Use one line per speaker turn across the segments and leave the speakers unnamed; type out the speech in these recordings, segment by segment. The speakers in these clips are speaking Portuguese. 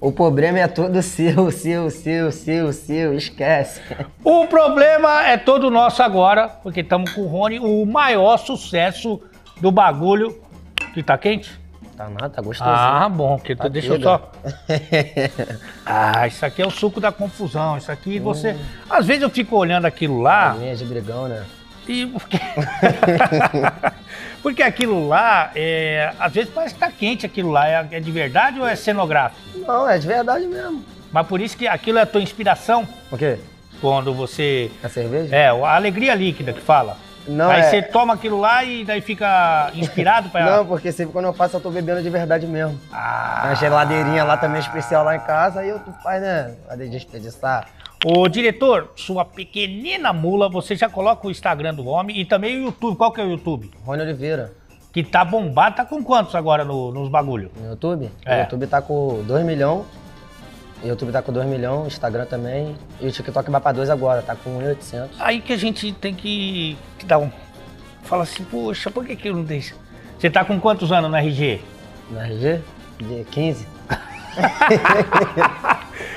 O problema é todo seu, seu, seu, seu, seu, esquece.
O problema é todo nosso agora, porque estamos com o Rony, o maior sucesso do bagulho. Que tá quente?
Tá nada, tá gostosinho.
Ah, bom, que tu-
Tá
deixa eu
tudo.
só. Ah, isso aqui é o suco da confusão. Isso aqui você. Às vezes eu fico olhando aquilo lá
Bolinha de brigão, né?
e. Porque, porque aquilo lá, é, às vezes parece que tá quente aquilo lá. É, é de verdade ou é cenográfico?
Não, é de verdade mesmo.
Mas por isso que aquilo é a tua inspiração
O quê?
quando você.
A cerveja?
É, a alegria líquida que fala.
Não,
Aí
é-
você toma aquilo lá e daí fica inspirado pra.
Não, porque sempre quando eu faço, eu tô bebendo de verdade mesmo.
Ah,
Tem uma geladeirinha lá também especial lá em casa, aí eu tu faz, né? A de desperdiçar.
Ô, diretor, sua pequenina mula, você já coloca o Instagram do homem e também o YouTube. Qual que é o YouTube?
Rony Oliveira,
Que tá bombado, tá com quantos agora no- nos bagulho?
no YouTube?
É.
O YouTube tá com 2 milhões. O YouTube tá com 2 milhões, o Instagram também. E o TikTok vai pra 2 agora, tá com 1.800.
Aí que a gente tem que que dar um... Fala assim, poxa, por que que eu não deixo? Você tá com quantos anos no RG?
No RG? De 15.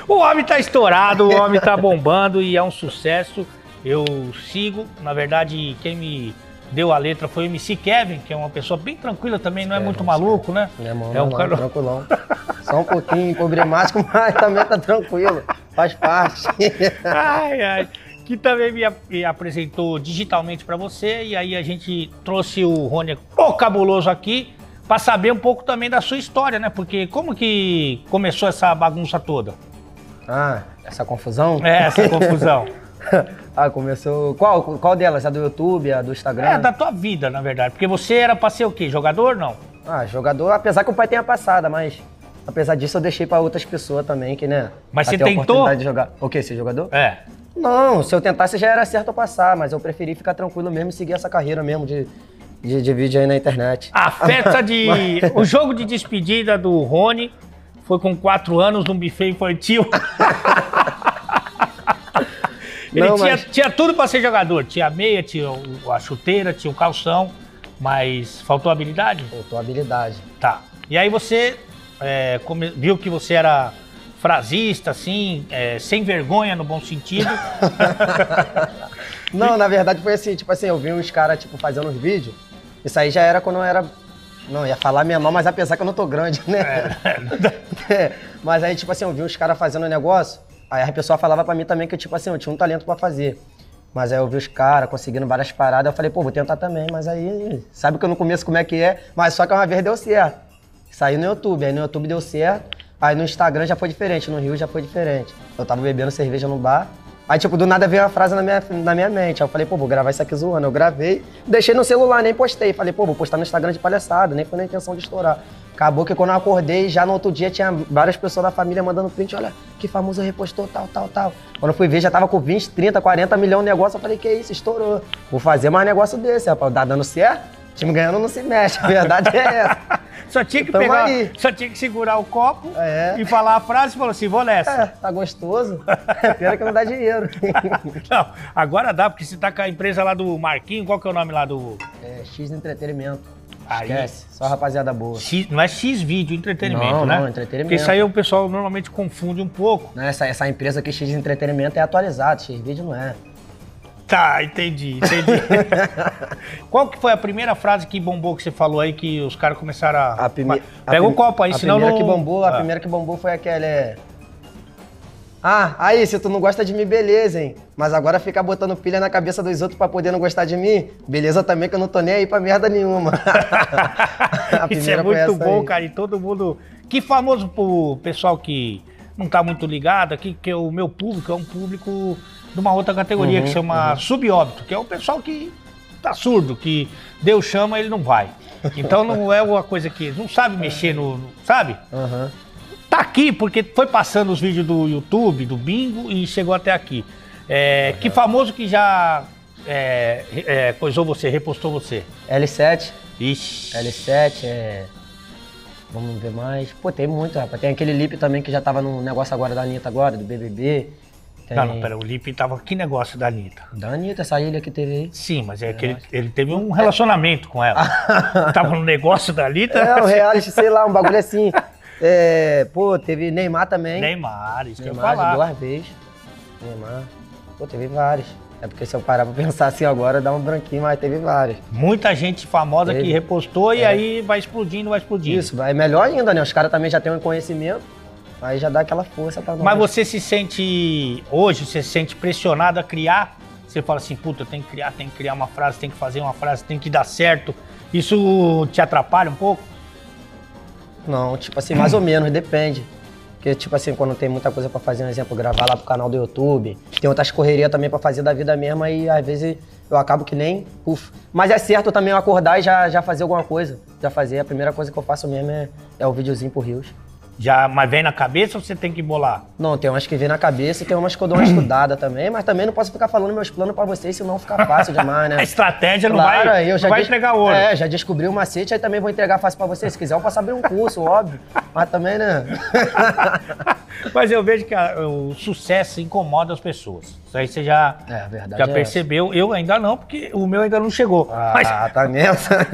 O homem tá estourado, o homem tá bombando e é um sucesso. Eu sigo, na verdade, quem me deu a letra foi o MC Kevin, que é uma pessoa bem tranquila também, não é
Kevin,
muito maluco, né?
Né, mano?
é um
não,
cara...
tranquilão. Só um pouquinho problemático, mas também tá tranquilo. Faz parte.
Ai, ai. Que também me, ap- me apresentou digitalmente pra você. E aí a gente trouxe o Rony o Cabuloso aqui pra saber um pouco também da sua história, né? Porque como que começou essa bagunça toda?
ah, essa confusão?
É, essa confusão.
ah, começou. Qual, qual delas? A do YouTube, a do Instagram?
é, da tua vida, na verdade. Porque você era pra ser o quê? Jogador, não?
Ah, jogador, apesar que o pai tenha passada, mas apesar disso eu deixei pra outras pessoas também, que né?
Mas
pra
você
ter a
tentou?
oportunidade De jogar. O quê? Ser jogador?
É.
Não, se eu tentasse já era certo eu passar, mas eu preferi ficar tranquilo mesmo e seguir essa carreira mesmo de, de, de vídeo aí na internet.
A festa de... o jogo de despedida do Rony foi com quatro anos num buffet infantil. Ele
Não,
tinha,
mas-
tinha tudo pra ser jogador. Tinha a meia, tinha o- a chuteira, tinha o calção, mas faltou habilidade?
Faltou habilidade.
Tá. E aí você é, come- viu que você era frasista, assim, é, sem vergonha no bom sentido.
Não, na verdade foi assim, tipo assim, eu vi uns caras, tipo, fazendo uns vídeos. Isso aí já era quando eu era. Não, eu ia falar menor, mas apesar que eu não tô grande, né? É, mas aí, tipo assim, eu vi uns caras fazendo um negócio, aí a pessoa falava pra mim também que, tipo assim, eu tinha um talento pra fazer. Mas aí eu vi os caras conseguindo várias paradas, eu falei, pô, vou tentar também, mas aí, sabe que eu não começo como é que é, mas só que uma vez deu certo. Saiu no YouTube, aí no YouTube deu certo, aí no Instagram já foi diferente, no Rio já foi diferente. Eu tava bebendo cerveja no bar, aí tipo, do nada veio uma frase na minha, na minha mente, aí eu falei, pô, vou gravar isso aqui zoando, eu gravei, deixei no celular, nem postei, falei, pô, vou postar no Instagram de palhaçada, nem foi na intenção de estourar. Acabou que quando eu acordei, já no outro dia tinha várias pessoas da família mandando print, olha, que famoso repostou, tal, tal, tal. Quando eu fui ver, já tava com 20, 30, 40 milhões de negócio, eu falei, que isso, estourou. Vou fazer mais negócio desse, rapaz. Tá dando certo? Time ganhando não se mexe, a verdade é essa.
Só tinha que
Tamo
pegar,
aí.
só tinha que segurar o copo
Então É.
e falar a frase e falar assim, vou nessa.
É, tá gostoso? Pena que não dá dinheiro.
Não, agora dá, porque você tá com a empresa lá do Marquinho, qual que é o nome lá do.
É, X entretenimento.
Aí.
Esquece, só rapaziada boa.
X- não é X vídeo, entretenimento,
Não,
né?
não, entretenimento.
Porque isso aí o pessoal normalmente confunde um pouco.
Não, Essa, essa empresa aqui, X entretenimento, é atualizada, X vídeo não é.
Tá, entendi, entendi. qual que foi a primeira frase que bombou que você falou aí que os caras começaram a.
A prime...
Pega
a
o
prime-
copo aí,
a
senão
primeira
não.
que bombou, a
Ah.
primeira que bombou foi aquela. é, Ah, aí, se tu não gosta de mim, beleza, hein? Mas agora fica botando pilha na cabeça dos outros pra poder não gostar de mim, beleza também, que eu não tô nem aí pra merda nenhuma. A
Isso é
primeira foi
muito
essa
bom,
aí.
cara. E todo mundo. Que famoso pro pessoal que não tá muito ligado aqui, que o meu público é um público de uma outra categoria
Uhum,
que chama subóbito, que é o pessoal que tá surdo, que Deus chama, ele não vai. Então não é uma coisa que. Não sabe mexer no. no- Sabe?
Aham.
Tá aqui porque foi passando os vídeos do YouTube, do Bingo e chegou até aqui. É,
Uhum.
Que famoso que já é, é, coisou você, repostou você.
L7,
Ixi.
L7, é. Vamos ver mais. Pô, tem muito, rapaz. Tem aquele Lip também que já tava no negócio agora da Anitta agora, do BBB. Tem...
Ah, Não, não, pera, o Lipe tava. Que negócio da Anitta?
Da Anitta, essa ilha que teve aí.
Sim, mas é que ele, ele teve um relacionamento com ela. tava no negócio da Anitta.
É, um reality, sei lá, um bagulho assim. É, pô, teve Neymar também.
Neymar, isso que eu ia
Neymar
falar.
duas vezes. Neymar. Pô, teve vários. É porque se eu parar pra pensar assim agora, dá um branquinho, mas teve vários.
Muita gente famosa
Teve.
que repostou e
É.
aí vai explodindo, vai explodindo.
Isso, é melhor ainda, né? Os caras também já têm um conhecimento, aí já dá aquela força pra nós.
Mas você se sente, hoje, você se sente pressionado a criar? Você fala assim, puta, tem que criar, tem que criar uma frase, tem que fazer uma frase, tem que dar certo. Isso te atrapalha um pouco?
Não, tipo assim, mais ou menos, depende. Porque, tipo assim, quando tem muita coisa pra fazer, um exemplo, gravar lá pro canal do YouTube, tem outras correrias também pra fazer da vida mesma e às vezes eu acabo que nem. Uf. Mas é certo também eu acordar e já, já fazer alguma coisa. Já fazer. A primeira coisa que eu faço mesmo é, é o videozinho pro Rios.
Já, mas vem na cabeça ou você tem que bolar?
Não, tem umas que vem na cabeça e tem umas que eu dou uma estudada também, mas também não posso ficar falando meus planos pra vocês, senão fica fácil demais, né?
A estratégia não
Claro,
vai,
aí eu
não
já
vai
des-
entregar ouro.
É, já descobri o macete, aí também vou entregar fácil pra vocês. Se quiser, eu posso abrir um curso, óbvio. Mas também, né?
Mas eu vejo que a- o sucesso incomoda as pessoas. Isso aí você já,
É, a verdade.
já
é
percebeu. Eu ainda não, porque o meu ainda não chegou.
essa.
Mas
Ah, tá nessa.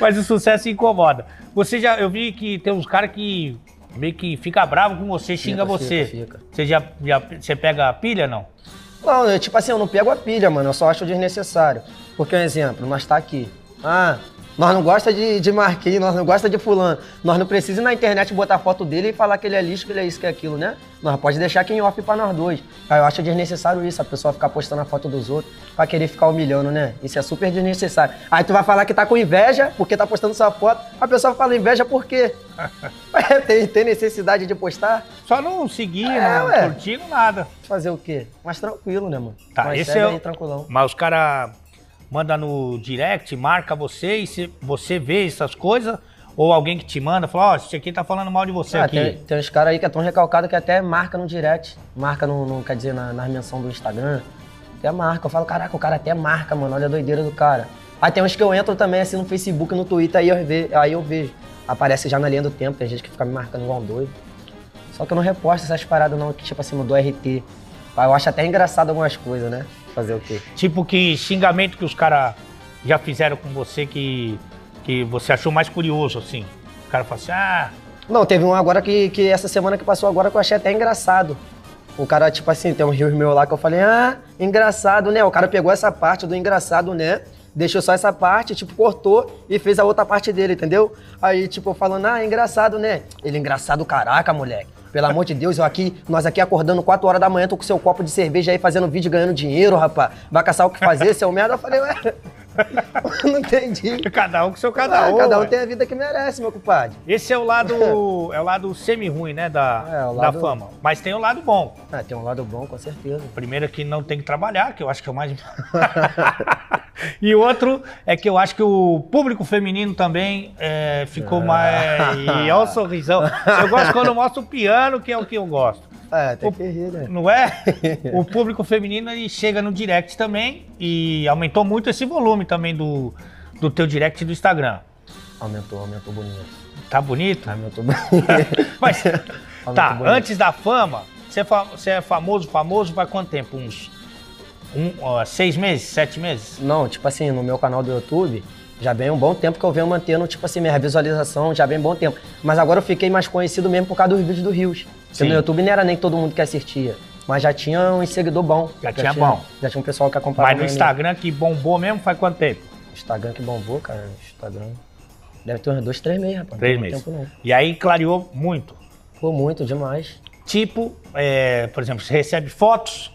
Mas o sucesso incomoda. Você já, eu vi que tem uns caras que meio que fica bravo com você, xinga
Fica,
você.
fica, fica.
Você já, já- você pega a pilha não?
Não, eu, tipo assim, eu não pego a pilha, mano. Eu só acho desnecessário. Porque, um exemplo, nós tá aqui. Ah, nós não gosta de, de Marquinhos, nós não gosta de fulano. Nós não precisa ir na internet botar foto dele e falar que ele é lixo, que ele é isso, que é aquilo, né? Nós pode deixar quem off pra nós dois. Aí eu acho desnecessário isso, a pessoa ficar postando a foto dos outros pra querer ficar humilhando, né? Isso é super desnecessário. Aí tu vai falar que tá com inveja porque tá postando sua foto. A pessoa fala inveja por quê? tem, tem necessidade de postar?
Só não seguir,
É,
não
ué.
curtir, não nada.
Fazer o quê? Mais tranquilo, né, mano?
Tá,
Mais
esse
sério
é o-
aí, tranquilão.
Mas os caras manda no direct, marca você e se você vê essas coisas ou alguém que te manda, fala, ó, esse aqui tá falando mal de você
Ah,
aqui.
tem, tem uns caras aí que é tão recalcado que até marca no direct. Marca no, no- quer dizer, na, nas menções do Instagram. Até marca. Eu falo, caraca, o cara até marca, mano. Olha a doideira do cara. Aí tem uns que eu entro também, assim, no Facebook, no Twitter, aí eu, ve- aí eu vejo. Aparece já na linha do tempo, tem gente que fica me marcando igual um doido. Só que eu não reposto essas paradas não, que tipo assim, mudou RT. Aí Eu acho até engraçado algumas coisas, né? Fazer o quê?
Tipo que xingamento que os caras já fizeram com você que que você achou mais curioso assim. O cara fala assim: "Ah,
Não, teve um agora que, que essa semana que passou agora que eu achei até engraçado. O cara, tipo assim, tem um rios meu lá que eu falei, ah, engraçado, né? O cara pegou essa parte do engraçado, né? Deixou só essa parte, tipo, cortou e fez a outra parte dele, entendeu? Aí, tipo, eu falando, ah, engraçado, né? Ele, engraçado, caraca, moleque. Pelo amor de Deus, eu aqui, nós aqui acordando 4 horas da manhã, tô com seu copo de cerveja aí fazendo vídeo, ganhando dinheiro, rapaz. Vai caçar o que fazer, seu merda? Eu falei, ué, não entendi.
Cada um com seu cada
Ah,
um.
cada um
ué.
tem a vida que merece, meu compadre.
Esse é o lado é o lado semi-ruim, né, da,
É, o
da
lado-
fama. Mas tem o lado bom.
Ah, tem um lado bom, com certeza.
Primeiro é que não tem que trabalhar, que eu acho que é o mais E outro é que eu acho que o público feminino também é, ficou mais. E olha o sorrisão. Eu gosto quando mostra o piano, que é o que eu gosto.
É, tem
O-
que rir, né?
Não é? O público feminino ele chega no direct também e aumentou muito esse volume também do, do teu direct do Instagram.
Aumentou, aumentou bonito.
Tá bonito?
Aumentou bonito.
Mas, tá,
bonito.
antes da fama, você é, fa- você é famoso, famoso, vai quanto tempo? Uns um, ó, seis meses, sete meses?
Não, tipo assim, no meu canal do YouTube, já vem um bom tempo que eu venho mantendo, tipo assim, minha visualização, já vem um bom tempo. Mas agora eu fiquei mais conhecido mesmo por causa dos vídeos do Rios. Porque
Sim.
no YouTube não era nem todo mundo que assistia. Mas já tinha um seguidor bom.
Já tinha bom.
Já tinha um pessoal que acompanhava.
Mas no Instagram que bombou mesmo faz quanto tempo?
Instagram que bombou, cara. Instagram. Deve ter uns dois, três meses, rapaz. Não
Três
tem muito
meses.
Tempo, não.
E aí clareou muito.
Pô, muito, demais.
Tipo, é, por exemplo, você recebe fotos.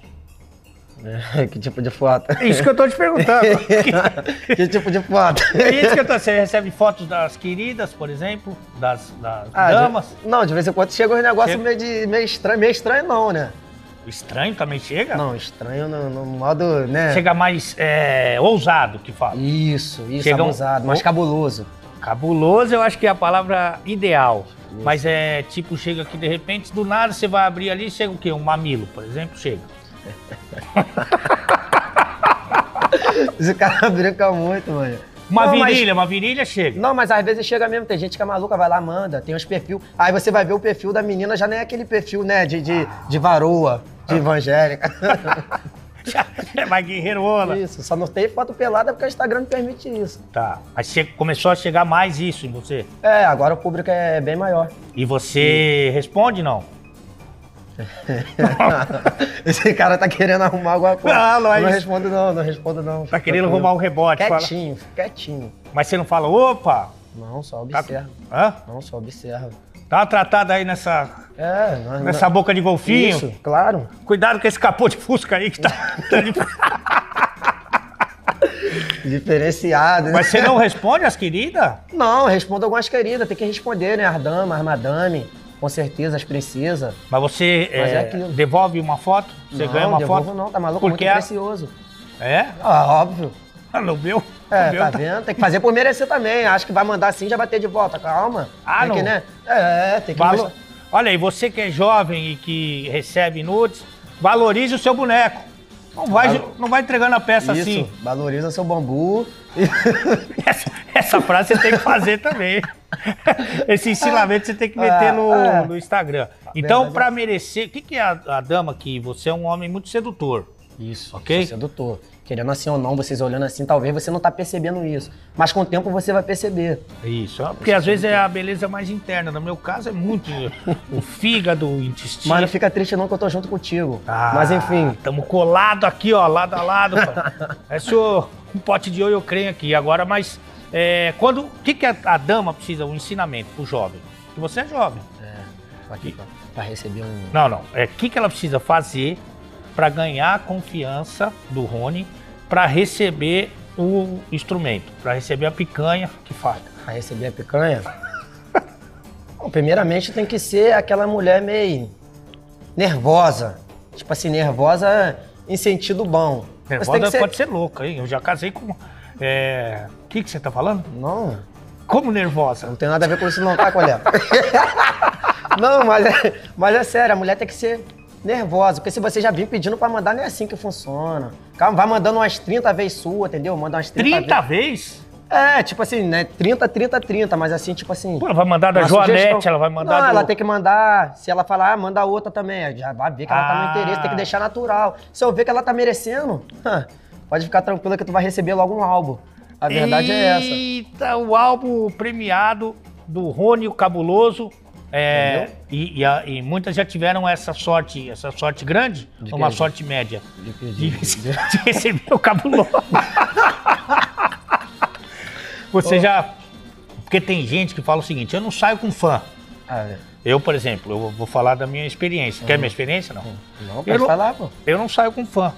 É, que tipo de foto?
Isso que eu tô te perguntando.
que tipo de foto?
É isso que eu tô. Você recebe fotos das queridas, por exemplo, das, das
Ah,
damas.
de- não, de vez em quando chega uns negócios
Chega.
meio, de- meio estranho. Meio estranho não, né?
Estranho também chega?
Não, estranho no, no modo, né?
É. Chega mais é, ousado que fala.
Isso, isso,
Chega um-
abusado, mais cabuloso.
Cabuloso eu acho que é a palavra ideal. Mas é tipo, chega aqui de repente, do nada você vai abrir ali, chega o quê? Um mamilo, por exemplo, chega.
Esse cara brinca muito, mano.
Uma
Não, mas-
virilha, uma virilha chega.
Não, mas às vezes chega mesmo, tem gente que é maluca, vai lá, manda, tem uns perfil. Aí você vai ver o
Ah.
perfil da menina, já nem é aquele perfil, né, de, de, de varoa, de evangélica.
Já é mais guerreirona.
Isso, só não tem foto pelada porque o Instagram não permite isso.
Tá. Aí você começou a chegar mais isso em você.
É, agora o público é bem maior.
E você responde, não?
Esse cara tá querendo arrumar alguma coisa.
Ah,
não
lógico.
respondo não, não respondo não.
Tá querendo arrumar um rebote. fala.
Quietinho, quietinho.
Mas você não fala, opa!
Não, só
Tá,
observa.
Hã?
Não, só observa.
Dá uma tratada aí nessa,
É, não, não-
nessa boca de golfinho.
Isso, claro.
Cuidado com esse capô de fusca aí que tá... tá de-
Diferenciado, né?
Mas você não responde as queridas?
Não, respondo algumas queridas, tem que responder, né? Ardama, Armadame, com certeza, as princesas.
Mas você
Mas
eh,
é aquilo.
devolve uma foto? Você
não,
ganha uma
devolvo
foto?
não, tá maluco,
Porque é
muito
a-
precioso.
É?
Ah, óbvio.
Ah, No meu? no
É,
meu
tá vendo? Tem que fazer por merecer também. Acho que vai mandar assim já bater de volta. Calma.
Ah,
tem Que,
não.
né? É, é, tem que
Valo-
mostrar-
Olha aí, você que é jovem e que recebe nudes, valorize o seu boneco. Não vai,
Valo-
não vai entregando a peça
Isso,
assim.
valoriza seu bambu.
Essa, essa frase você tem que fazer também. Esse ensinamento você tem que meter
Ah,
no,
ah.
no Instagram. Então,
Verdade.
pra merecer, o que, que é a, a dama aqui? Você é um homem muito sedutor.
Isso,
Ok?
sou é sedutor. Querendo assim ou não, vocês olhando assim, talvez você não tá percebendo isso. Mas com o tempo você vai perceber.
Isso, porque às vezes é a beleza mais interna. No meu caso é muito o fígado, o intestino.
Mas não fica triste não que eu tô junto contigo.
Ah,
Mas enfim,
Tamo colado aqui, ó, lado a lado. cara. Esse o, um pote de olho eu creio aqui. Agora, mas é, quando. O que, que a, a dama precisa? Um ensinamento pro jovem. Que você é jovem.
só aqui pra, pra receber um...
Não, não. É, o que, que ela precisa fazer pra ganhar a confiança do Rony pra receber o instrumento, pra receber a picanha que faz.
Pra receber a picanha. Bom, primeiramente tem que ser aquela mulher meio nervosa. Tipo assim, nervosa em sentido bom. Você tem
Nervosa
que ser-
pode ser louca, hein? Eu já casei com. É, O que, que você tá falando?
Não,
Como nervosa?
não tem nada a ver com isso não, tá, colega? não, mas é, mas é sério, a mulher tem que ser nervosa, porque se você já vir pedindo pra mandar, não é assim que funciona. Calma, vai mandando umas 30 vezes sua, entendeu? Manda umas 30,
30
vezes.
vezes?
É, tipo assim, né? 30, 30, 30, mas assim, tipo assim...
Pô, ela vai mandar da
Uma
Joanete,
sugestão.
ela vai mandar
Não,
do-
ela tem que mandar. Se ela falar, ah, manda outra também. Já vai ver que ela tá
Ah.
no interesse, tem que deixar natural. Se eu ver que ela tá merecendo, pode ficar tranquila que tu vai receber logo um álbum. A verdade é essa.
Eita, o álbum premiado do Rony o Cabuloso. É, e, e a- e muitas já tiveram essa sorte, essa sorte grande,
De
ou uma
quê?
sorte média, de, de receber o Cabuloso. Você já. Porque tem gente que fala o seguinte: eu não saio com fã.
Ah, é.
Eu, por exemplo, eu vou falar da minha experiência. Quer minha experiência? Não.
não,
Eu
pode
não-
falar, pô.
Eu não saio com fã.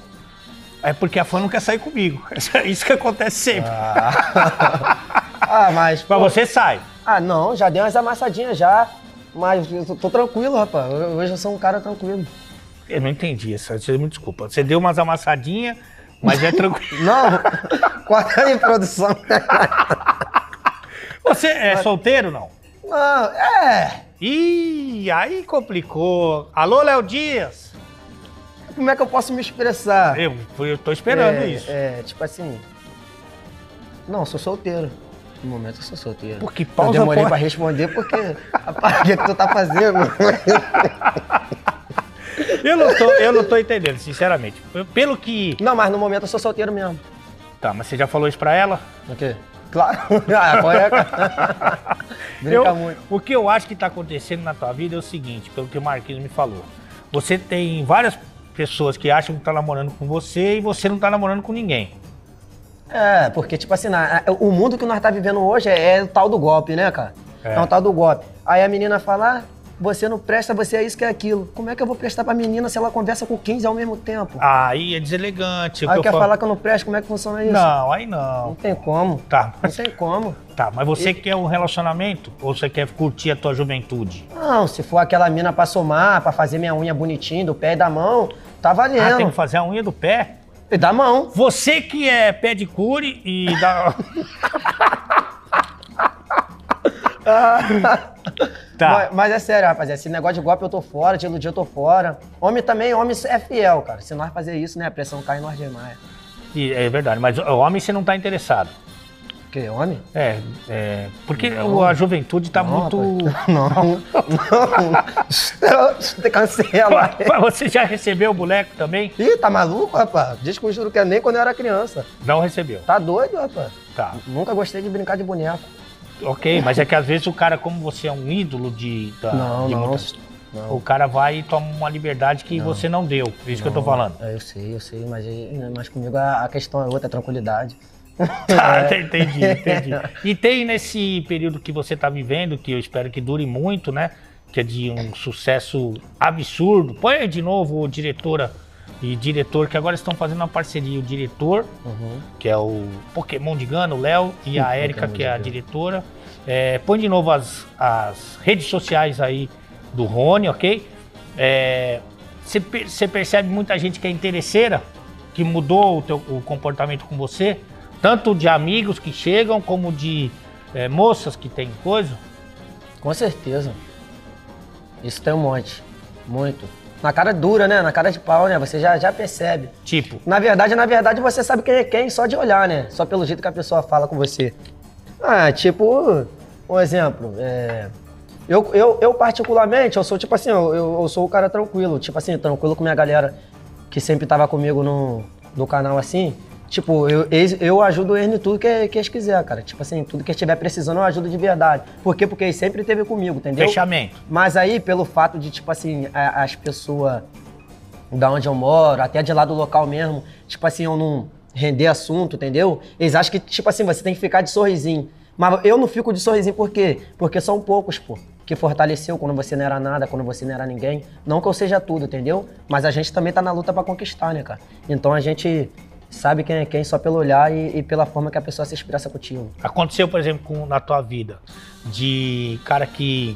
É porque a fã não quer sair comigo. É isso que acontece sempre.
Ah, mas.
Mas
pô,
você sai.
Ah, não, já dei umas amassadinhas já. Mas eu tô- tô tranquilo, rapaz. Eu- Hoje eu sou um cara tranquilo.
Eu não entendi essa. Você me desculpa. Você deu umas amassadinhas, mas é tranquilo.
Não, corta aí, produção. né?
Você é solteiro não?
Não, é.
Ih, aí complicou. Alô, Léo Dias?
Como é que eu posso me expressar?
Eu, eu tô É, esperando
é,
isso.
É, tipo assim. Não, eu sou solteiro. No momento eu sou solteiro.
Pô, que pausa
Eu demorei
pô-
pra responder porque. Rapaz, o que, que tu tá fazendo?
Eu, não tô, eu não tô entendendo, sinceramente. Eu- Pelo que.
Não, mas no momento eu sou solteiro mesmo.
Tá, mas você já falou isso pra ela?
O quê? Claro. Ah, qual é, cara? Brinca
Eu-
muito.
O que eu acho que tá acontecendo na tua vida é o seguinte, pelo que o Marquinhos me falou. Você tem várias pessoas que acham que tá namorando com você e você não tá namorando com ninguém.
É, porque, tipo assim, na- o mundo que nós tá vivendo hoje é, é o tal do golpe, né, cara?
É.
É. o tal do golpe. Aí a menina fala, ah, você não presta, você é isso que é aquilo. Como é que eu vou prestar pra menina se ela conversa com 15 ao mesmo tempo?
Aí é deselegante. o
Aí
que eu
quer
falo-
falar que eu não presto, como é que funciona isso?
Não, aí não.
Não tem como.
Tá,
Não tem como.
tá, mas você quer um relacionamento ou você quer curtir a tua juventude?
Não, se for aquela mina pra somar, pra fazer minha unha bonitinha do pé e da mão, tá
Ah, tem
valendo.
que fazer a unha do pé?
E da mão.
Você que é pé de cure e dá.
Mas,
tá.
mas é sério, rapaziada. Esse negócio de golpe eu tô fora, de iludir eu tô fora. Homem também, homem é fiel, cara. Se nós fazer isso, né, a pressão cai em nós demais.
E É verdade, mas o homem você não tá interessado.
Que homem?
É, é, porque o- a juventude tá
Não,
muito.
rapaz. Não, não. Cancela.
Você já recebeu o boneco também?
Ih, tá maluco, rapaz? Diz que eu juro que é nem quando eu era criança.
Não recebeu.
Tá doido, rapaz?
Tá.
Nunca gostei de brincar de boneco.
Ok, mas é que às vezes o cara, como você é um ídolo de. da-
Não,
de
não.
muitas-
Não.
O cara vai e toma uma liberdade que você não deu. Por isso que eu tô falando.
É, eu sei, eu sei, mas, mas comigo a, a questão é outra, a tranquilidade.
Tá,
É.
entendi, entendi. E tem nesse período que você tá vivendo, que eu espero que dure muito, né? Que é de um sucesso absurdo. Põe aí de novo, ô, diretora e diretor, que agora estão fazendo uma parceria. O diretor,
Uhum.
que é o Pokémon de Gano, o Léo, e a Érica,
Pokémon
que é a
de Gano.
diretora. É, põe de novo as, as redes sociais aí do Rony, ok? É, Você percebe muita gente que é interesseira, que mudou o, teu, o comportamento com você, tanto de amigos que chegam, como de é, moças que tem coisa.
Com certeza. Isso tem um monte. Muito. Na cara dura, né? Na cara de pau, né? Você já, já percebe.
Tipo,
Na verdade, na verdade, você sabe quem é quem só de olhar, né? Só pelo jeito que a pessoa fala com você. Ah, tipo, um exemplo, é... Eu, eu, eu particularmente, eu sou tipo assim, eu, eu eu sou o cara tranquilo, tipo assim, tranquilo com minha galera que sempre tava comigo no, no canal assim. Tipo, eu, eles- eu ajudo eles em tudo que, que eles quiser, cara. Tipo assim, tudo que eles estiver precisando, eu ajudo de verdade. Por quê? Porque eles sempre esteve comigo, entendeu?
fechamento.
Mas aí, pelo fato de, tipo assim, a- as pessoas da onde eu moro, até de lá do local mesmo, tipo assim, eu não render assunto, entendeu? Eles acham que, tipo assim, você tem que ficar de sorrisinho. Mas eu não fico de sorrisinho por quê? Porque são poucos, pô, que fortaleceu quando você não era nada, quando você não era ninguém. Não que eu seja tudo, entendeu? Mas a gente também tá na luta pra conquistar, né, cara? Então a gente sabe quem é quem só pelo olhar e, e pela forma que a pessoa se expressa contigo.
Aconteceu, por exemplo, com- na tua vida, de cara que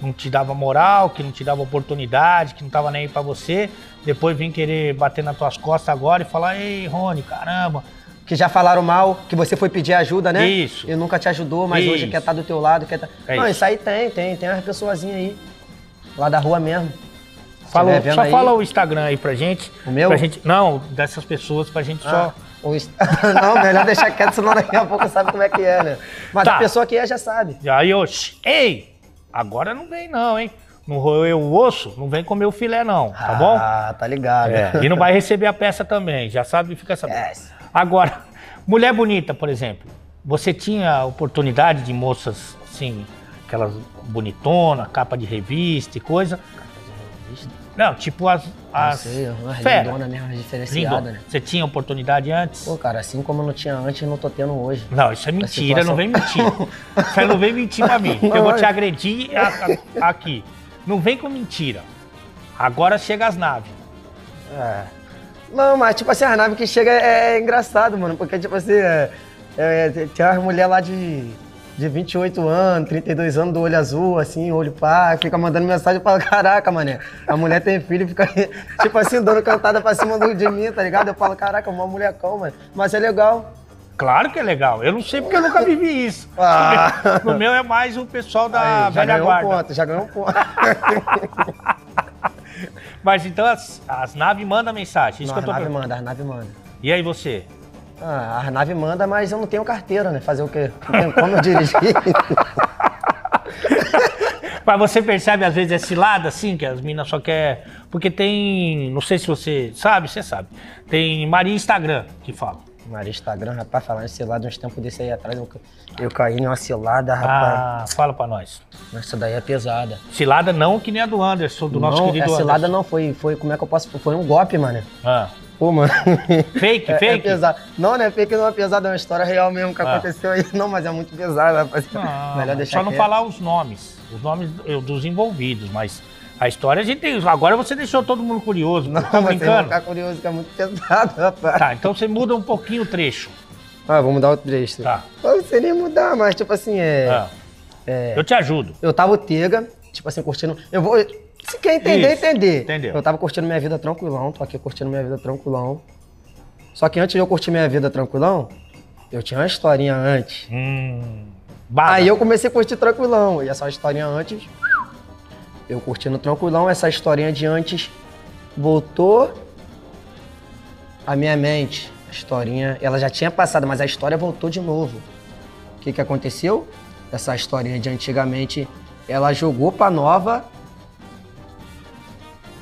não te dava moral, que não te dava oportunidade, que não tava nem aí pra você, depois vim querer bater nas tuas costas agora e falar, ei, Rony, caramba.
que já falaram mal, que você foi pedir ajuda, né?
Isso.
E nunca te ajudou, mas hoje
Isso.
quer estar do teu lado, quer tá...
É
Não,
isso.
isso. aí tem, tem, tem umas pessoazinhas aí, lá da rua mesmo. Se
Fala,
tiver vendo
só
aí,
fala o Instagram aí pra gente.
O meu?
Pra gente, não, dessas pessoas, pra gente
Ah,
só...
o Insta- Não, melhor deixar quieto, senão daqui a pouco sabe como é que é, né? Mas
Tá.
a pessoa que é já sabe.
Aí, eu, "Shh, ei, agora não vem não, hein? Não roeu o osso, não vem comer o filé não, tá bom?
Ah, tá ligado. É,
É, e não vai receber a peça também, já sabe, fica sabendo.
Yes.
Agora, mulher bonita, por exemplo, você tinha oportunidade de moças, assim, aquelas bonitona, capa de revista e coisa? Não, tipo as...
Não
as
sei, uma
fera,
lindona mesmo,
lindona.
diferenciada, né?
Você tinha oportunidade antes?
Pô, cara, assim como eu não tinha antes, não tô tendo hoje.
Não, isso é mentira, não vem mentir. Isso aí não vem mentir pra mim. eu
Não,
vou
é.
te agredir a- a- aqui. Não vem com mentira. Agora chega as naves.
É. Não, mas tipo assim, a nave que chega é, é engraçado, mano, porque tipo assim, é, é, é, tem umas mulheres lá de, de 28 anos, 32 anos, do olho azul, assim, olho pá, fica mandando mensagem pra caraca, mané. A mulher tem filho e fica, tipo assim, dando cantada pra cima do- de mim, tá ligado? Eu falo, caraca, uma molecão, mano. Mas é legal.
Claro que é legal. Eu não sei porque eu nunca vivi isso.
Ah.
No meu é mais o pessoal da
Aí, já
Ah, velha
ganhou
guarda.
um ponto, já ganhou um ponto.
Mas então as, as naves mandam mensagem. Isso
Não,
que
as
eu tô
nave
perguntando.
manda, as nave manda.
E aí você?
Ah, a nave manda, mas eu não tenho carteira, né? Fazer o quê? Não tenho como eu dirigir.
Mas você percebe às vezes esse lado assim, que as minas só quer. Porque tem. Não sei se você sabe, você sabe. Tem Maria Instagram que fala.
Maria Instagram, rapaz, falando em cilada, uns tempos desse aí atrás, eu, eu caí numa cilada, rapaz.
Ah, fala pra nós.
Essa daí é pesada.
Cilada não que nem a do Anderson, do nosso
não,
querido
é cilada
Anderson.
não, foi, foi, como é que eu posso, foi um golpe, mano.
Ah.
Pô, mano.
Fake,
é, É
fake?
pesado. Não, né, fake não é pesado, é uma história real mesmo que
Ah.
aconteceu aí. Não, mas é muito pesado, rapaz.
Não,
Melhor
só
deixar
não
quieto.
falar os nomes, os nomes do- dos envolvidos, mas a história a gente tem. Agora você deixou todo mundo curioso,
Não,
tá
mas vocês vão
brincando?
ficar curioso que é muito pesado, rapaz.
Tá, então você muda um pouquinho o trecho.
Ah, vou mudar o trecho.
Tá.
Eu não sei nem mudar, mas tipo assim, é...
Ah. Eu te ajudo.
Eu tava o Tega, tipo assim, curtindo. Eu vou. Se quer entender,
Isso,
entender.
entendeu.
Eu tava curtindo minha vida tranquilão, tô aqui curtindo minha vida tranquilão. Só que antes de eu curtir minha vida tranquilão, eu tinha uma historinha antes.
Hum. Bala.
Aí Ah, eu comecei a curtir tranquilão. E essa historinha antes. Eu curtindo tranquilão, essa historinha de antes voltou à minha mente. A historinha, ela já tinha passado, mas a história voltou de novo. que, que aconteceu? Essa historinha de antigamente, ela jogou pra nova.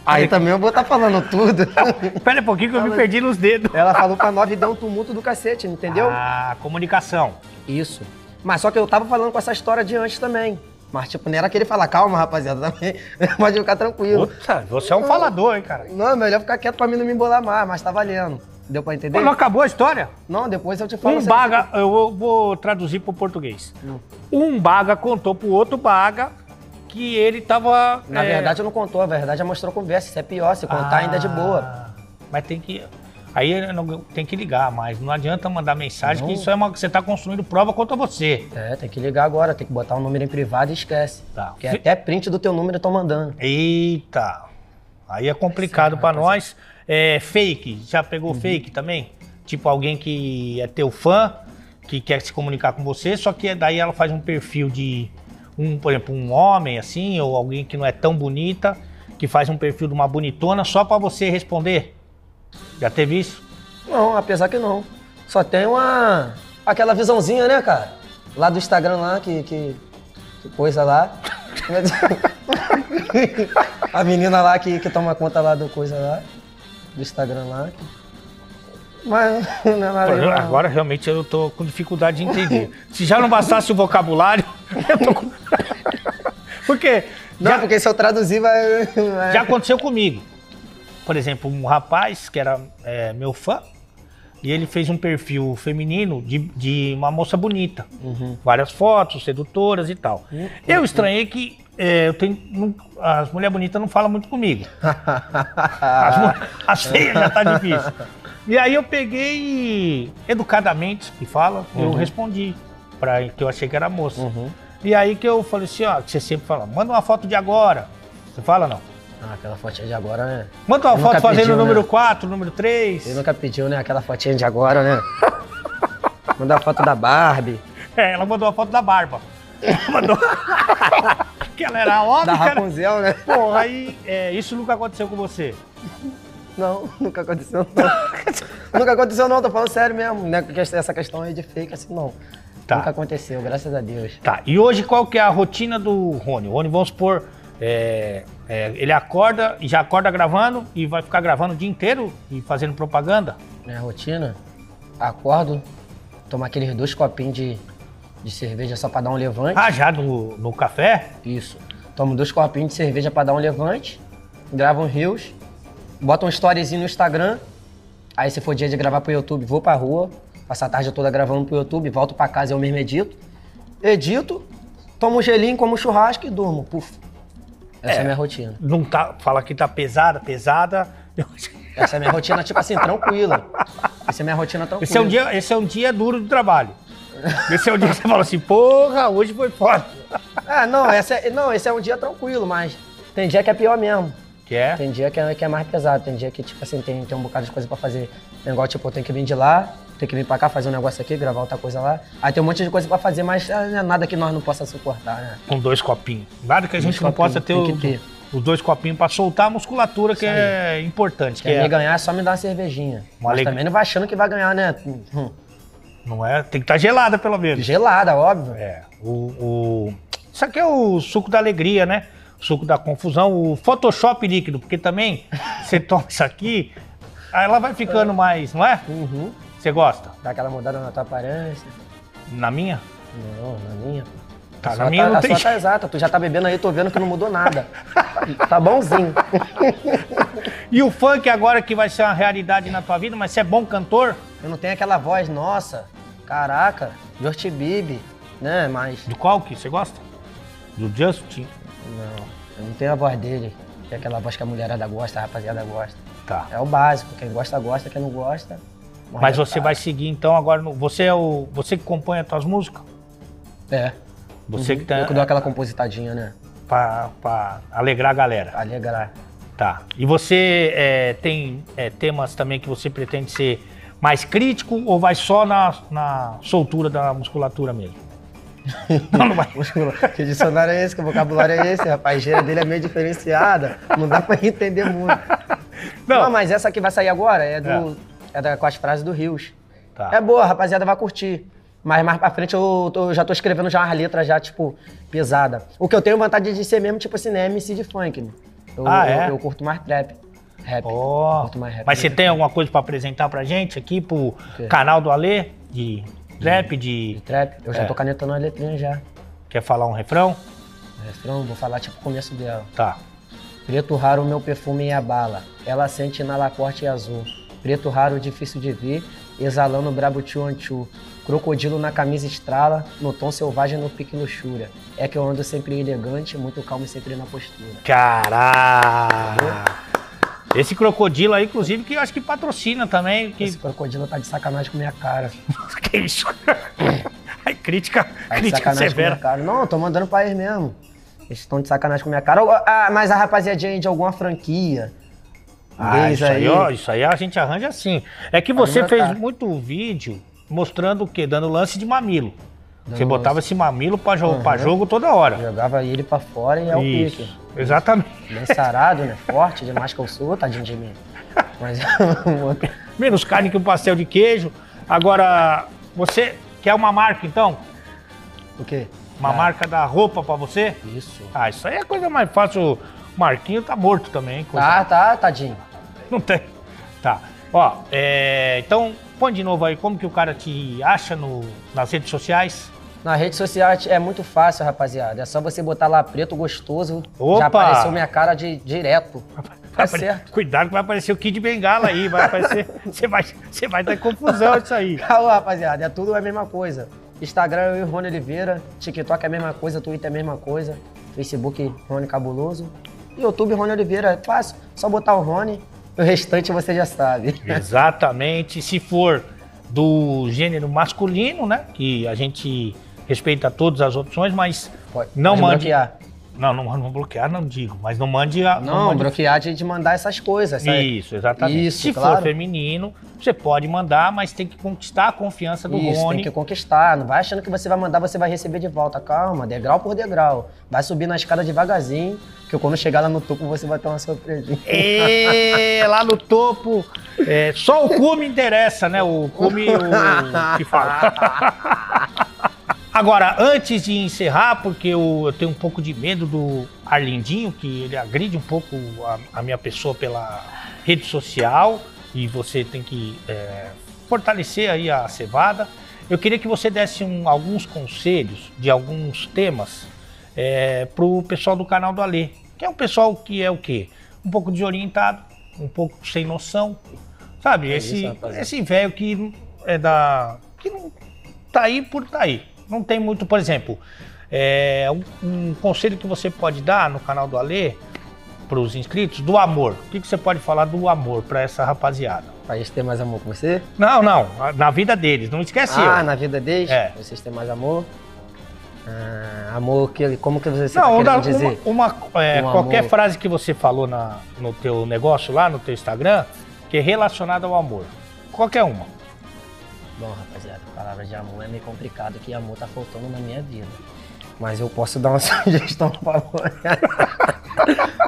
Aí também eu vou estar falando tudo.
Pera um pouquinho que eu me perdi nos dedos.
Ela falou pra nova e deu um tumulto do cacete, entendeu?
Ah, comunicação.
Isso. Mas só que eu tava falando com essa história de antes também. Mas, tipo, não era aquele falar, calma, rapaziada, também. Pode ficar tranquilo.
Puta, você é um falador, hein, cara.
Não, é melhor ficar quieto pra mim não me embolar mais, mas tá valendo. Deu pra entender?
Quando acabou a história,
Não, depois eu te falo.
um
você- Hum.
baga, eu vou- vou traduzir pro português.
Não.
Um baga contou pro outro baga que ele tava...
Na
é,
verdade, não contou. A verdade, já mostrou conversa. Isso é pior. Se contar,
Ah,
ainda é de boa.
Mas tem que. Aí não- tem que ligar mais. Não adianta mandar mensagem, que
Não.
isso é uma. Você tá construindo prova contra você.
É, tem que ligar agora. Tem que botar o número em privado e esquece.
Tá.
Porque é até print do teu número estão mandando.
Eita! Aí é Uhum. complicado pra nós. É, fake, já pegou fake também? Tipo alguém que é teu fã, que quer se comunicar com você, só que daí ela faz um perfil de um, por exemplo, um homem assim, ou alguém que não é tão bonita, que faz um perfil de uma bonitona só pra você responder. Já teve isso?
Não, apesar que não. Só tem uma... Aquela visãozinha, né, cara? Lá do Instagram lá, que... que, que coisa lá. A menina lá que, que toma conta lá do coisa lá. Do Instagram lá. Mas não é nada...
Pô, eu-
não.
Agora realmente eu tô com dificuldade de entender. Se já não bastasse o vocabulário, eu tô com... Porque
Não,
já,
porque se eu traduzir vai... vai-
já aconteceu comigo. Por exemplo, um rapaz que era é, meu fã, e ele fez um perfil feminino de, de uma moça bonita.
Uhum.
Várias fotos, sedutoras e tal. Eu estranhei que é, eu tenho, não- as mulheres bonitas não falam muito comigo.
Ah.
As, mu- as feias já tá difícil. E aí eu peguei e, educadamente, que fala, eu respondi. Pra, que eu achei que era moça.
Uhum.
E aí que eu falei assim, ó, que você sempre fala, manda uma foto de agora. Você fala não?
Ah, aquela fotinha de agora, né?
Manda uma
Ele
foto
nunca
fazendo
pediu,
o número
né?
4, número 3.
Ele nunca pediu, né? Aquela fotinha de agora, né? Mandar a foto da Barbie,
É, ela mandou a foto da barba. mandou. que ela era
da
óbvia. cara.
Rapunzel, né?
Porra, aí é, isso nunca aconteceu com você.
Não, nunca aconteceu não. nunca aconteceu não, tô falando sério mesmo. Né? Porque Essa questão aí de fake, assim, não.
Tá.
Nunca aconteceu, graças a Deus.
Tá, e hoje qual que é a rotina do Rony? O Rony, vamos supor, é, é, ele acorda, e já acorda gravando e vai ficar gravando o dia inteiro e fazendo propaganda?
Minha rotina, acordo, tomo aqueles dois copinhos de, de cerveja só pra dar um levante.
Ah, já no, no café?
Isso. Tomo dois copinhos de cerveja pra dar um levante, gravo um reels, boto um storyzinho no Instagram. Aí se for dia de gravar pro YouTube, vou pra rua, passo a tarde toda gravando pro YouTube, volto pra casa e eu mesmo edito. Edito, tomo um gelinho, como um churrasco e durmo. Puf. Essa é, a minha rotina.
Não tá, fala que tá pesada, pesada.
Essa é a minha rotina, tipo assim, tranquila. Essa é a minha rotina tranquila.
Esse é um dia, esse é um dia duro do trabalho. Esse é um dia que você fala assim, porra, hoje foi foda.
Ah, não, essa é- não, esse é um dia tranquilo, mas tem dia que é pior mesmo.
Que é?
Tem dia que é, que é mais pesado, tem dia que, tipo assim, tem, tem um bocado de coisa pra fazer. Tem Igual, tipo, eu tenho que vir de lá, tenho que vir pra cá, fazer um negócio aqui, gravar outra coisa lá. Aí tem um monte de coisa pra fazer, mas ah, não é nada que nós não possa suportar, né?
Com dois copinhos. Nada que a
Dois
gente não possa ter,
copinhos,
o-
Um tem que
os dois copinhos pra soltar a musculatura, que é importante. Que
Quer me
é,
ganhar, é só me dar uma cervejinha.
Uma
mas
aleg-
também não vai achando que vai ganhar, né? Hum,
não é? Tem que estar gelada, pelo menos.
Gelada, óbvio.
É, o, o- Isso aqui é o suco da alegria, né? O suco da confusão, o Photoshop líquido, porque também você toma isso aqui, aí ela vai ficando mais, não é?
Uhum.
Você gosta?
Dá aquela mudada na tua aparência.
Na minha?
Não, na minha.
Tá,
A
na
sua
minha
tá,
não
a
tem
sua tá exata, tu já tá bebendo aí, tô vendo que não mudou nada. tá bonzinho.
E o funk agora que vai ser uma realidade na tua vida, mas você é bom cantor?
Eu não tenho aquela voz, nossa, caraca, Just Bibi, né? Mas.
Do qual que você gosta? Do Justin?
Não, eu não tenho a voz dele. Que é aquela voz que a mulherada gosta, a rapaziada gosta.
Tá.
É o básico, quem gosta, gosta, quem não gosta. morre
Mas
de
você
cara.
vai seguir então agora, no- você é o, você que compõe as tuas músicas?
É.
Você que
Eu
tá
que dou aquela compositadinha, né? é
pra, pra alegrar a galera.
Alegrar.
Tá. E você é, tem é, temas também que você pretende ser mais crítico ou vai só na, na soltura da musculatura mesmo? não, não vai.
que dicionário é esse? Que vocabulário é esse? Rapaz, a gíria dele é meio diferenciada. Não dá pra entender muito. Não,
Não.
Ah, mas essa é que vai sair agora é, do, é. da, com as frases do Rios.
Tá.
É boa, a rapaziada vai curtir. Mas mais pra frente eu, tô- já tô escrevendo já umas letras já, tipo, pesada. O que eu tenho vontade de ser mesmo, tipo assim, né, MC de funk, né? Eu,
Ah, é?
eu, eu curto mais trap. Rap.
Ó,
Curto mais rap.
mas você tem alguma coisa pra apresentar pra gente aqui pro
quê?
canal do Alê? De trap, de...
De trap, eu já
É.
tô canetando a letrinha já.
Quer falar um refrão?
Refrão, vou falar tipo o começo dela.
Tá.
Preto raro, meu perfume e a bala. Ela sente na lacorte azul. Preto raro, difícil de ver. Exalando brabo tio antiu. Crocodilo na camisa estrala. No tom selvagem, no pique luxúria. É que eu ando sempre elegante, muito calmo e sempre na postura.
Caraca! Esse crocodilo aí, inclusive, que eu acho que patrocina também. Que,
Esse crocodilo tá de sacanagem com minha cara.
que isso? Ai, crítica,
Tá de
crítica
sacanagem com minha
severa.
cara. Não, eu tô mandando pra eles mesmo. Eles estão de sacanagem com minha cara. Ah, mas a rapaziadinha aí de alguma franquia.
Ah,
Deles
isso aí, ó, isso aí a gente arranja assim. É que
Pode
você
botar.
fez muito vídeo mostrando o quê? Dando lance de mamilo. você
Dando
botava esse mamilo pra, jo- pra jogo toda hora.
Jogava ele pra fora e é o pique.
Exatamente.
Bem sarado, né? Forte demais que eu sou, tadinho de mim. Mas
Menos carne que um pastel de queijo. Agora, você quer uma marca então?
o quê?
Uma marca da roupa pra você?
Isso.
Ah, isso aí é coisa mais fácil. O Marquinho tá morto também, hein? coisa-
Tá, tá, tadinho.
Não tem. Tá. Ó, é, então põe de novo aí como que o cara te acha no, nas redes sociais.
Na rede social é muito fácil, rapaziada. É só você botar lá preto gostoso.
Opa!
Já apareceu minha cara de direto. Tá
Vai apare-
certo.
Cuidado que vai aparecer o Kid Bengala aí, vai aparecer. Você vai, você vai dar confusão isso aí.
Calma, rapaziada. É tudo a mesma coisa. Instagram eu e o Rony Oliveira. TikTok é a mesma coisa, Twitter é a mesma coisa. Facebook, Rony Cabuloso. YouTube, Rony Oliveira. É fácil. Só botar o Rony. O restante você já sabe.
Exatamente. Se for do gênero masculino, né? Que a gente respeita todas as opções, mas
Pode-
não
pode
mande.
bloquear.
Não, não, não bloquear, não digo, mas não mande a.
Não,
mande-
bloquear de de mandar essas coisas. Essa...
é Isso, exatamente.
Isso,
Se for
claro.
feminino, você pode mandar, mas tem que conquistar a confiança do
Isso,
Rony.
tem que conquistar. Não vai achando que você vai mandar, você vai receber de volta. Calma, degrau por degrau. Vai subir na escada devagarzinho, que quando chegar lá no topo você vai ter uma surpresinha.
Ê, É, lá no topo. é, só o cume interessa, né? O cume o que fala. Agora, antes de encerrar, porque eu, eu tenho um pouco de medo do Arlindinho, que ele agride um pouco a, a minha pessoa pela rede social e você tem que é, fortalecer aí a cevada. Eu queria que você desse um- alguns conselhos de alguns temas é, pro pessoal do canal do Alê, que é um pessoal que é o quê? Um pouco desorientado, um pouco sem noção, sabe?
É isso,
esse
rapaziada.
esse velho que é da que não tá aí por tá aí. Não tem muito, por exemplo, é, um, um conselho que você pode dar no canal do Alê para os inscritos do amor. O que, que você pode falar do amor para essa rapaziada?
Pra eles terem mais amor com você?
Não, não, na vida deles, não esquece
ah,
eu.
na vida deles?
É.
Vocês têm mais amor? Ah, amor, que, como que você, você
Não,
tá
uma,
querendo dizer?
uma- uma, é,
Um
qualquer
amor.
frase que você falou na- no teu negócio lá, no teu Instagram, que é relacionada ao amor. Qualquer uma.
Bom, rapaziada, a palavra de amor é meio complicado, que amor tá faltando na minha vida. Mas eu posso dar uma sugestão pra você.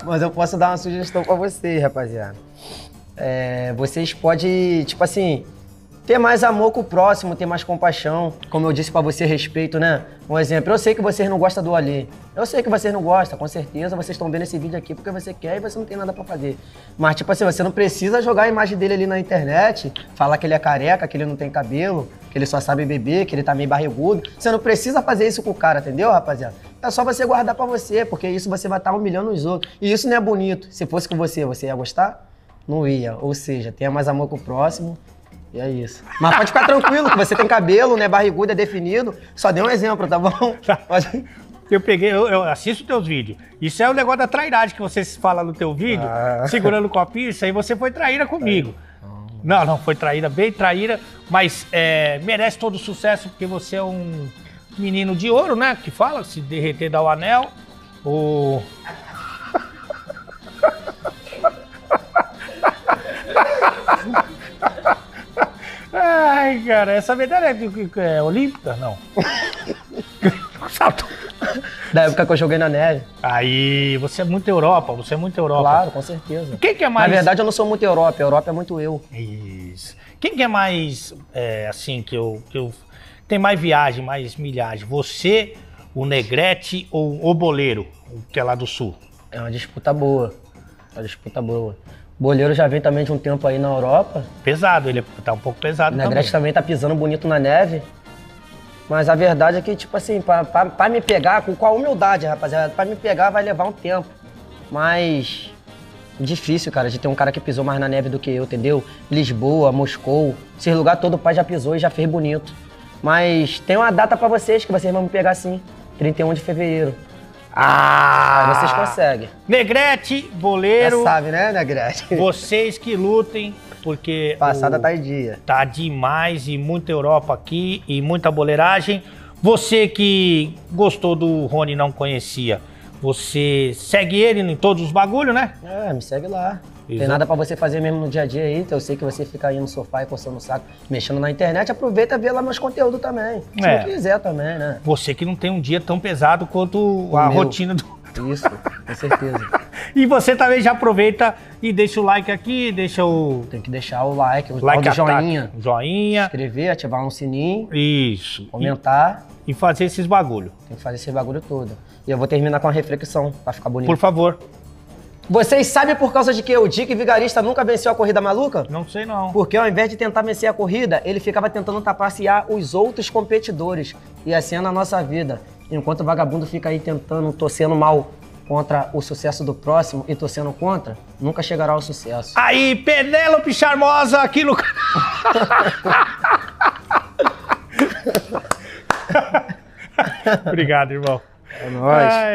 Mas eu posso dar uma sugestão pra vocês, rapaziada. É, vocês podem, tipo assim, ter mais amor com o próximo, ter mais compaixão. Como eu disse pra você, respeito, né? Um exemplo, eu sei que vocês não gostam do Ali. Eu sei que vocês não gostam, com certeza. Vocês estão vendo esse vídeo aqui porque você quer e você não tem nada pra fazer. Mas, tipo assim, você não precisa jogar a imagem dele ali na internet, falar que ele é careca, que ele não tem cabelo, que ele só sabe beber, que ele tá meio barrigudo. Você não precisa fazer isso com o cara, entendeu, rapaziada? É só você guardar pra você, porque isso você vai estar humilhando os outros. E isso não é bonito. Se fosse com você, você ia gostar? Não ia. Ou seja, tenha mais amor com o próximo. E é isso. Mas pode ficar tranquilo, que você tem cabelo, né? Barrigudo, é definido. Só dei um exemplo, tá bom? Pode-
Eu peguei, eu, eu assisto teus vídeos. Isso é o negócio da trairagem que você fala no teu vídeo,
Ah.
segurando o copinho, isso aí você foi traíra comigo. Não, não, foi traíra, bem traíra, mas é, merece todo o sucesso porque você é um menino de ouro, né? Que fala, se derreter dá o anel. O... Ai, cara, essa medalha é, de- é olímpica? Não. Salto.
Da época que eu joguei na neve.
Aí, você é muito Europa, você é muito Europa.
Claro, com certeza.
Quem que é
Na
mais.
verdade, eu não sou muito Europa. Europa é muito eu.
Isso. Quem que é mais, é, assim, que eu, que eu. tem mais viagem, mais milhagem. Você, o Negrete ou o Boleiro, que é lá do sul?
É uma disputa boa. É uma disputa boa. Boleiro já vem também de um tempo aí na Europa.
Pesado, ele tá um pouco
O
pesado
Negrete também tá pisando bonito na neve. Mas a verdade é que, tipo assim, pra, pra, pra me pegar, com qual humildade, rapaziada, pra me pegar vai levar um tempo. Mas. Difícil, cara, de ter um cara que pisou mais na neve do que eu, entendeu? Lisboa, Moscou, esse lugar todo o pai já pisou e já fez bonito. Mas tem uma data pra vocês que vocês vão me pegar sim: 31 de fevereiro.
Ah!
tá- Aí vocês conseguem.
Negrete,
Já
Boleiro,
sabe, né, Negrete?
vocês que lutem, porque
Passada
o-
tá em dia.
tá demais e muita Europa aqui e muita boleiragem. Você que gostou do Rony e não conhecia, você segue ele em todos os bagulhos, né?
É, me segue lá. Tem
Exato.
nada pra você fazer mesmo no dia a dia aí. Eu sei que você fica aí no sofá e coçando o saco, mexendo na internet. Aproveita e vê lá meus conteúdos também. Se
É.
não quiser também, né?
Você que não tem um dia tão pesado quanto a
meu.
rotina do.
Isso, com certeza.
E você também já aproveita e deixa o like aqui, deixa o
Tem que deixar o like, o
like
tal do
ataque,
joinha.
joinha.
Inscrever, ativar um sininho,
Isso. E,
comentar.
e fazer esses bagulho.
Tem que fazer esse bagulho todo. E eu vou terminar com uma reflexão pra ficar bonito.
Por favor.
Vocês sabem por causa de que o Dick Vigarista nunca venceu a corrida maluca?
Não sei não.
Porque ao invés de tentar vencer a corrida, ele ficava tentando trapacear os outros competidores. E assim é na nossa vida. Enquanto o vagabundo fica aí tentando, torcendo mal contra o sucesso do próximo e torcendo contra, nunca chegará ao sucesso.
Aí, Penélope Charmosa aqui no canal. Obrigado, irmão.
É nóis.
Ai,